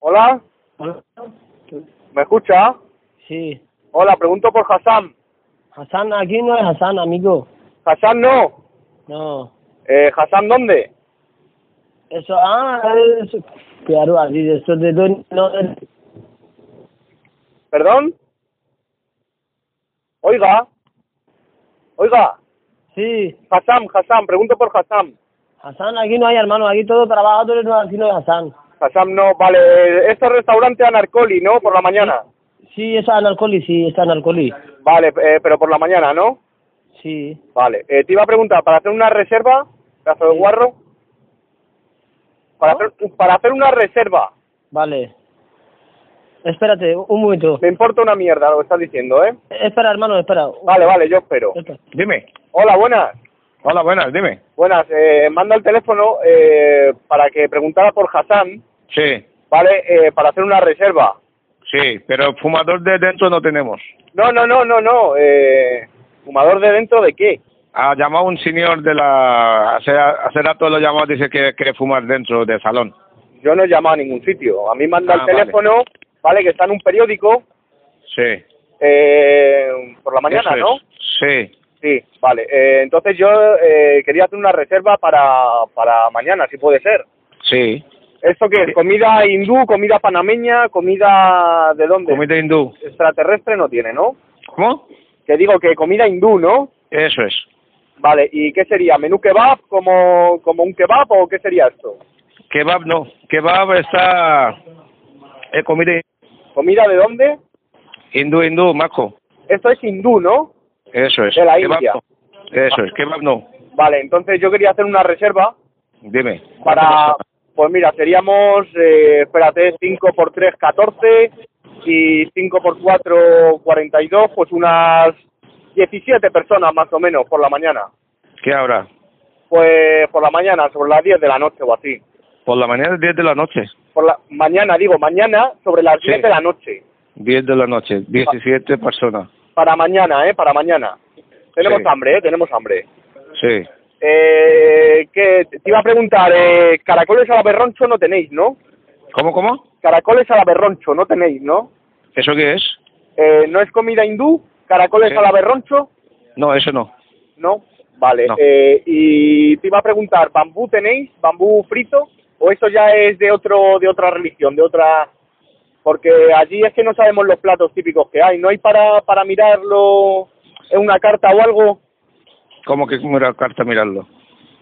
Hola, ¿me escucha? Sí. Hola, pregunto por Hassan. Hassan, aquí no es Hassan, amigo. Hassan no. No. Eh, ¿Hassan dónde? Eso, ah, eso. Claro, así, eso de Don. No, de- ¿Perdón? Oiga. Oiga, sí. Hassan, Hassan, pregunto por Hassan. Hassan, aquí no hay hermano, aquí todo trabajadores, no, aquí no es Hassan. Hassan no, vale. eh, Este restaurante Anarcoli, ¿no? Por la mañana. Sí, es Anarcoli, sí, es Anarcoli. Vale, eh, pero por la mañana, ¿no? Sí. Vale. Eh, te iba a preguntar, ¿para hacer una reserva? ¿Pedazo de Sí. guarro? Para hacer, para hacer una reserva. Vale. Espérate, un momento. Me importa una mierda lo que estás diciendo, ¿eh? Espera, hermano, espera. Vale, vale, yo espero. Espera. Dime. Hola, buenas. Hola, buenas, dime. Buenas, eh, mando el teléfono eh, para que preguntara por Hassan, Sí, ¿vale? Eh, para hacer una reserva. sí, pero fumador de dentro no tenemos. No, no, no, no, no. Eh, ¿Fumador de dentro de qué? Ha llamado un señor de la... Hace, hace rato lo llamó, dice que quiere fumar dentro del salón. Yo no he llamado a ningún sitio. A mí manda Ah, el vale. teléfono, vale. que está en un periódico Sí. eh, por la mañana, eso ¿no? es. Sí. Sí, vale. Eh, entonces yo eh, quería hacer una reserva para, para mañana, si puede ser. Sí. ¿Esto qué es? ¿Comida hindú, comida panameña, comida de dónde? Comida hindú. Extraterrestre no tiene, ¿no? ¿Cómo? Que digo que comida hindú, ¿no? Eso es. Vale, ¿y qué sería? ¿Menú kebab como, como un kebab o qué sería esto? Kebab no. Kebab está... Es comida ¿Comida de dónde? hindú, hindú, maco. Esto es hindú, ¿no? Eso es. De la Kebab India. no. Eso es. Kebab no. Vale, entonces yo quería hacer una reserva Dime. para... Pues mira, seríamos, eh, espérate, 5 por 3, 14 y 5 por 4, 42, pues unas 17 personas más o menos por la mañana. ¿Qué habrá? Pues por la mañana, sobre las 10 de la noche o así. Por la mañana, 10 de la noche. Por la mañana, digo, mañana sobre las Sí. 10 de la noche. 10 de la noche. 17 personas. Para mañana, ¿eh? Para mañana. Tenemos Sí. hambre, ¿eh? Tenemos hambre. Sí. Eh, que te iba a preguntar, eh, caracoles al aberroncho no tenéis, ¿no? ¿Cómo, cómo? Caracoles al aberroncho no tenéis, ¿no? ¿Eso qué es? Eh, ¿No es comida hindú? ¿Caracoles Sí. al aberroncho? No, eso no. No. Vale. No. eh, y te iba a preguntar, ¿bambú tenéis? ¿Bambú frito? ¿O eso ya es de otro de otra religión, de otra...? Porque allí es que no sabemos los platos típicos que hay. ¿No hay para, para mirarlo en una carta o algo? ¿Cómo que mira carta mirarlo?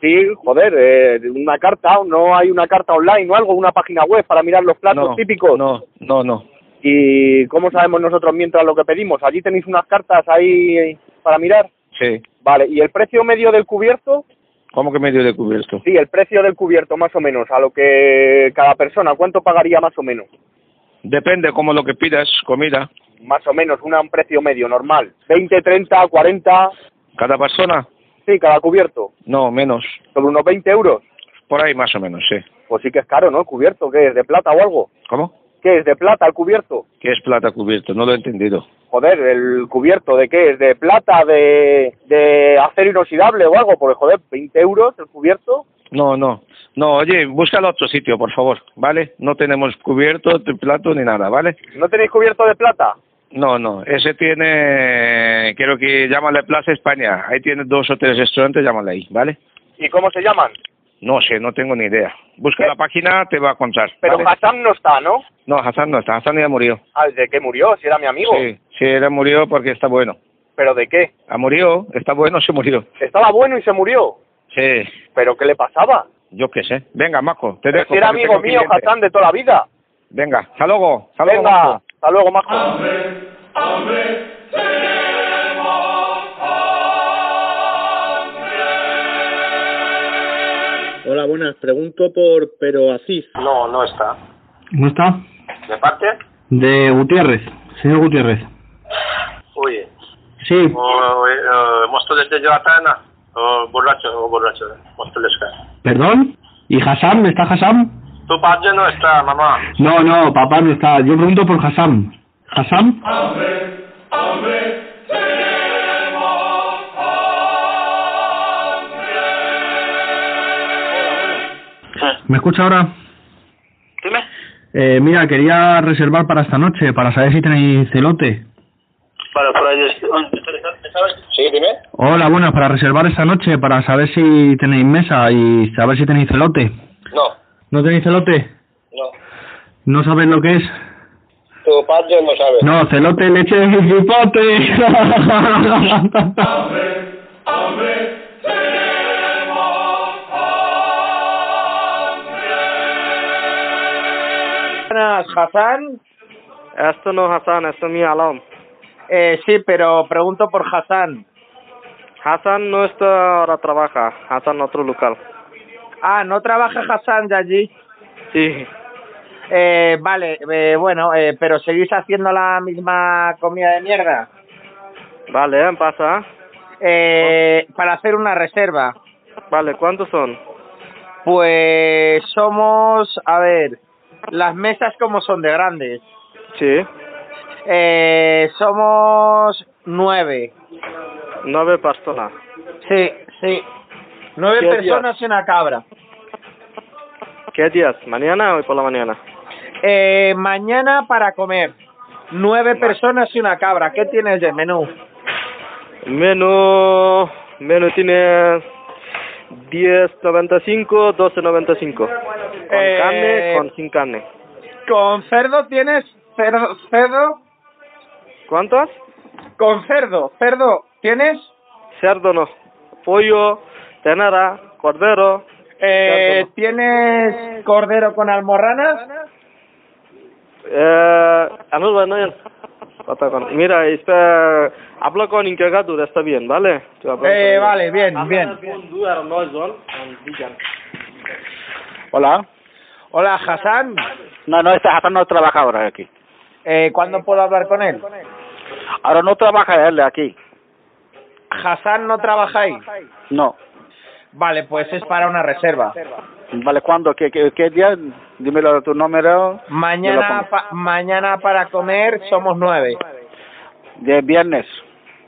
Sí, joder, eh, una carta, no hay una carta online o algo, una página web para mirar los platos no, típicos. No, no, no. ¿Y cómo sabemos nosotros mientras lo que pedimos? Allí tenéis unas cartas ahí eh, para mirar. Sí. Vale, ¿y el precio medio del cubierto? ¿Cómo que medio de cubierto? Sí, el precio del cubierto más o menos, a lo que cada persona, ¿cuánto pagaría más o menos? Depende como lo que pidas, comida. Más o menos, una, un precio medio normal. 20, 30, 40, Cada persona, sí, cada cubierto, no, menos. sobre unos 20 euros. Por ahí más o menos, sí. Pues sí que es caro, ¿no? El cubierto, ¿qué es? ¿De plata o algo? ¿Cómo? ¿Qué es? ¿De plata el cubierto? ¿Qué es plata cubierto? No lo he entendido. joder, el cubierto de qué es, de plata, de, de acero inoxidable o algo, porque joder, 20 euros el cubierto. No, no. No, oye, búscalo otro sitio, por favor, ¿vale? No tenemos cubierto, t- plato ni nada, ¿vale? ¿No tenéis cubierto de plata? No, no. Ese tiene, creo que llámale Plaza España. Ahí tiene dos o tres restaurantes, llámale ahí, ¿vale? ¿Y cómo se llaman? No sé, no tengo ni idea. Busca ¿Qué? la página, te va a contar. Pero ¿vale? Hassan no está, ¿no? No, Hassan no está. Hassan ya murió. Ah, ¿de qué murió? Si era mi amigo. Sí, sí, él murió porque está bueno. ¿Pero de qué? Ha murió, está bueno, se murió. Estaba bueno y se murió. Sí, ¿Pero qué le pasaba? yo qué sé. Venga, Maco, te Pero dejo. si era porque amigo tengo mío, cliente. Hassan, de toda la vida. Venga, hasta luego. Hasta luego, Venga, Maco. hasta luego, Majo. Hola, buenas. Pregunto por Pero Asís. No, no está. ¿No está? ¿De parte? De Eh, Gutiérrez, señor Gutiérrez. Uy, Sí, o, eh, mosto desde Joatana, o borracho, o borracho, mosto lesca. perdón. ¿Y Hassan? ¿Está Hassan? Tu padre no está, mamá. No, no, papá no está. Yo pregunto por Hassan. ¿Hassan? ¿Me escucha ahora? Dime. Eh, mira, quería reservar para esta noche, para saber si tenéis celote. Para, para, ¿sabes? Sí, dime. Hola, buenas, para reservar esta noche, para saber si tenéis mesa y saber si tenéis celote. No, ¿No tenéis celote? no. ¿No sabéis lo que es? Tu padre no sabe. No, celote, leche de cipote. Buenas, Hassan. Esto no es Hassan, esto es mi Alam. Eh, sí, pero pregunto por Hassan. Hassan no está ahora trabaja, Hassan en otro local. Ah, ¿no trabaja Hassan de allí? Sí, Eh, vale, eh, bueno, eh, pero ¿seguís haciendo la misma comida de mierda? vale, pasa. Eh, para hacer una reserva. Vale, ¿cuántos son? Pues somos, a ver, las mesas como son de grandes. Sí, Eh, somos nueve. nueve personas. Sí, sí. Nueve ¿Qué personas y una cabra. ¿Qué días? ¿Mañana o hoy por la mañana? Eh, mañana para comer. Nueve Vale. personas y una cabra. ¿Qué tienes de menú? Menú, menú tiene 10.95, 12.95. Con Eh, carne, con sin carne. Con cerdo tienes cerdo, cerdo. ¿Cuántos? Con cerdo, cerdo tienes. Cerdo no. Pollo, tenera, cordero. Eh, Cerdo. tienes cordero con almorranas. Eh, Anul, bueno, ya. Pata con- Mira, está, habla con encargado, está bien, ¿vale? Tú habla con Eh, él. vale, bien, bien. Hola. Hola, Hassan. No, no, este Hassan no trabaja ahora aquí. Eh, ¿Cuándo puedo hablar con él? Ahora no trabaja él aquí. Hassan no trabaja ahí. No. Vale, pues es para una reserva. Vale, ¿cuándo? ¿Qué, qué, qué día? Dímelo tu número. Yo lo Mañana, pongo. pa- mañana para comer somos nueve. De viernes.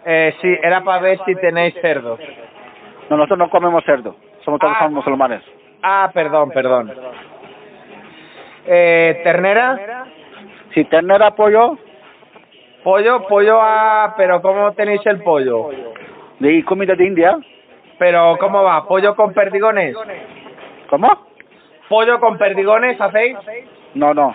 Eh, sí, era para ver si tenéis cerdo. No, nosotros no comemos cerdo. Somos todos somos musulmanes. Ah, perdón, perdón. Eh, ternera, Si tener apoyo, pollo, pollo a... Pero ¿cómo tenéis el pollo? de comida de India. Pero ¿cómo va? ¿Pollo con perdigones? ¿Cómo? ¿Pollo con perdigones hacéis? No, no.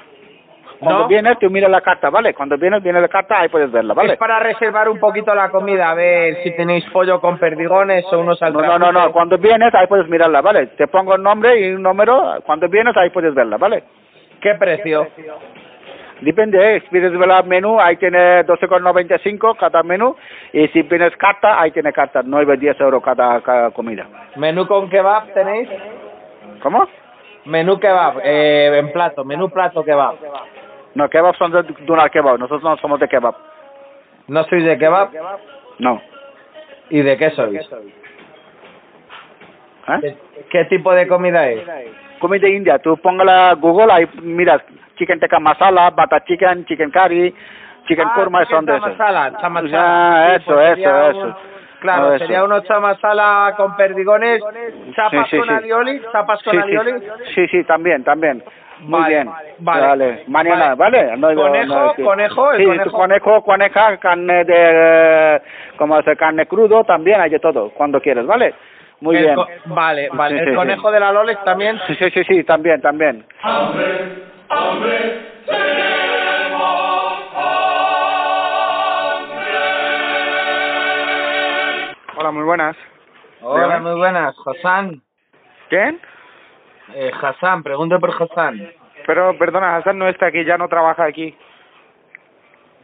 Cuando ¿No? vienes, tú mira la carta, ¿vale? Cuando vienes, viene la carta, ahí puedes verla, ¿vale? Es para reservar un poquito la comida, a ver si tenéis pollo con perdigones o unos No, no, altrajes. no, no. Cuando vienes, ahí puedes mirarla, ¿vale? Te pongo el nombre y un número. Cuando vienes, ahí puedes verla, ¿vale? ¿Qué precio? Depende, eh, si vienes ver el menú, ahí tiene 12,95 cada menú. Y si vienes carta, ahí tiene carta, 9, 10 euros cada, cada comida. ¿Menú con kebab tenéis? ¿Cómo? Menú kebab, eh, en plato, menú plato kebab. No, kebab son de Dunar Kebab. Nosotros no somos de kebab. No sois de kebab No. y de qué sois. ¿Eh? ¿Qué, qué tipo de comida es? Comida india, tú póngala a Google, ahí mira, chicken tikka masala, butter chicken, chicken curry, chicken kurma, Ah, son de esos. chamasala, chamasala. Ya, Sí, Ah, eso, pues eso, sería eso. un- Claro, Todo sería eso. unos chamasala con perdigones, chapas Sí, sí, con sí. alioli, chapas con Sí, alioli. sí, sí, sí, también, también. Muy Vale, bien. vale. Mañana, Vale. ¿vale? No, Conejo, sí. conejo, el Sí, conejo. tu conejo, coneja, carne de... como se carne crudo, también hay de todo, cuando quieres, ¿vale? Muy El bien. co- vale, vale. Sí, el sí, sí. conejo de la Lolex también. Sí, sí, sí, sí, también, también. Hola, muy buenas. Hola, muy buenas. Hassan. ¿Quién? Eh, Hassan, pregunto por Hassan. Pero, perdona, Hassan no está aquí, ya no trabaja aquí.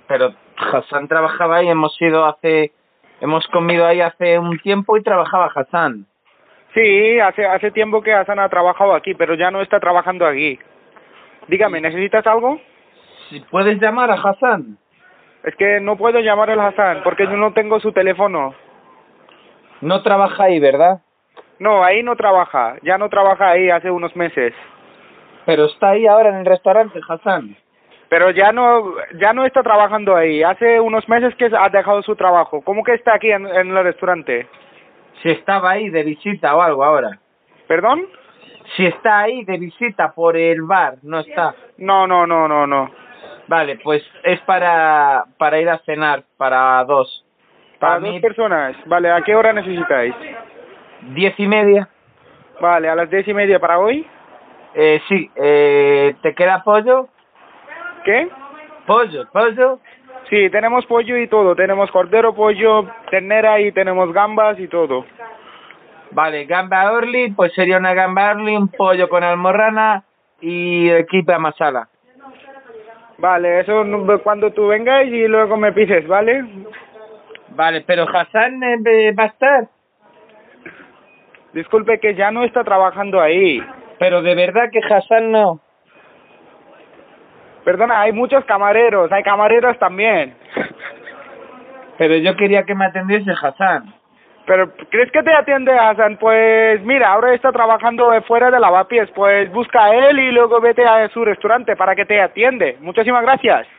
Pero Hassan trabajaba ahí, hemos ido hace... Hemos comido ahí hace un tiempo y trabajaba Hassan. Sí, hace, hace tiempo que Hassan ha trabajado aquí, pero ya no está trabajando aquí. Dígame, ¿necesitas algo? Si puedes llamar a Hassan. Es que no puedo llamar al Hassan porque yo no tengo su teléfono. No trabaja ahí, ¿verdad? No, ahí no trabaja, ya no trabaja ahí hace unos meses. Pero está ahí ahora en el restaurante, Hassan. Pero ya no, ya no está trabajando ahí, hace unos meses que ha dejado su trabajo. ¿Cómo que está aquí en, en el restaurante? Si estaba ahí de visita o algo ahora. ¿Perdón? Si está ahí de visita por el bar, no está. No, no, no, no, no. Vale, pues es para, para ir a cenar, para dos. Para mí, dos personas. Vale, ¿a qué hora necesitáis? diez y media. Vale, a las diez y media para hoy. Eh, sí, eh, ¿te queda pollo? ¿Qué? Pollo, pollo. Sí, tenemos pollo y todo. Tenemos cordero, pollo, ternera y tenemos gambas y todo. Vale, gamba orly, pues sería una gamba orly, un pollo con almorrana y equipa masala. Vale, eso no- cuando tú vengas y luego me pises, ¿vale? Vale, pero Hassan eh, ve- va a estar. Disculpe que ya no está trabajando ahí. Pero de verdad que Hassan no. Perdona, hay muchos camareros, hay camareras también. Pero yo quería que me atendiese Hassan. Pero, ¿crees que te atiende Hassan? Pues mira, ahora está trabajando de fuera de lavapiés. Pues busca a él y luego vete a su restaurante para que te atiende. Muchísimas gracias.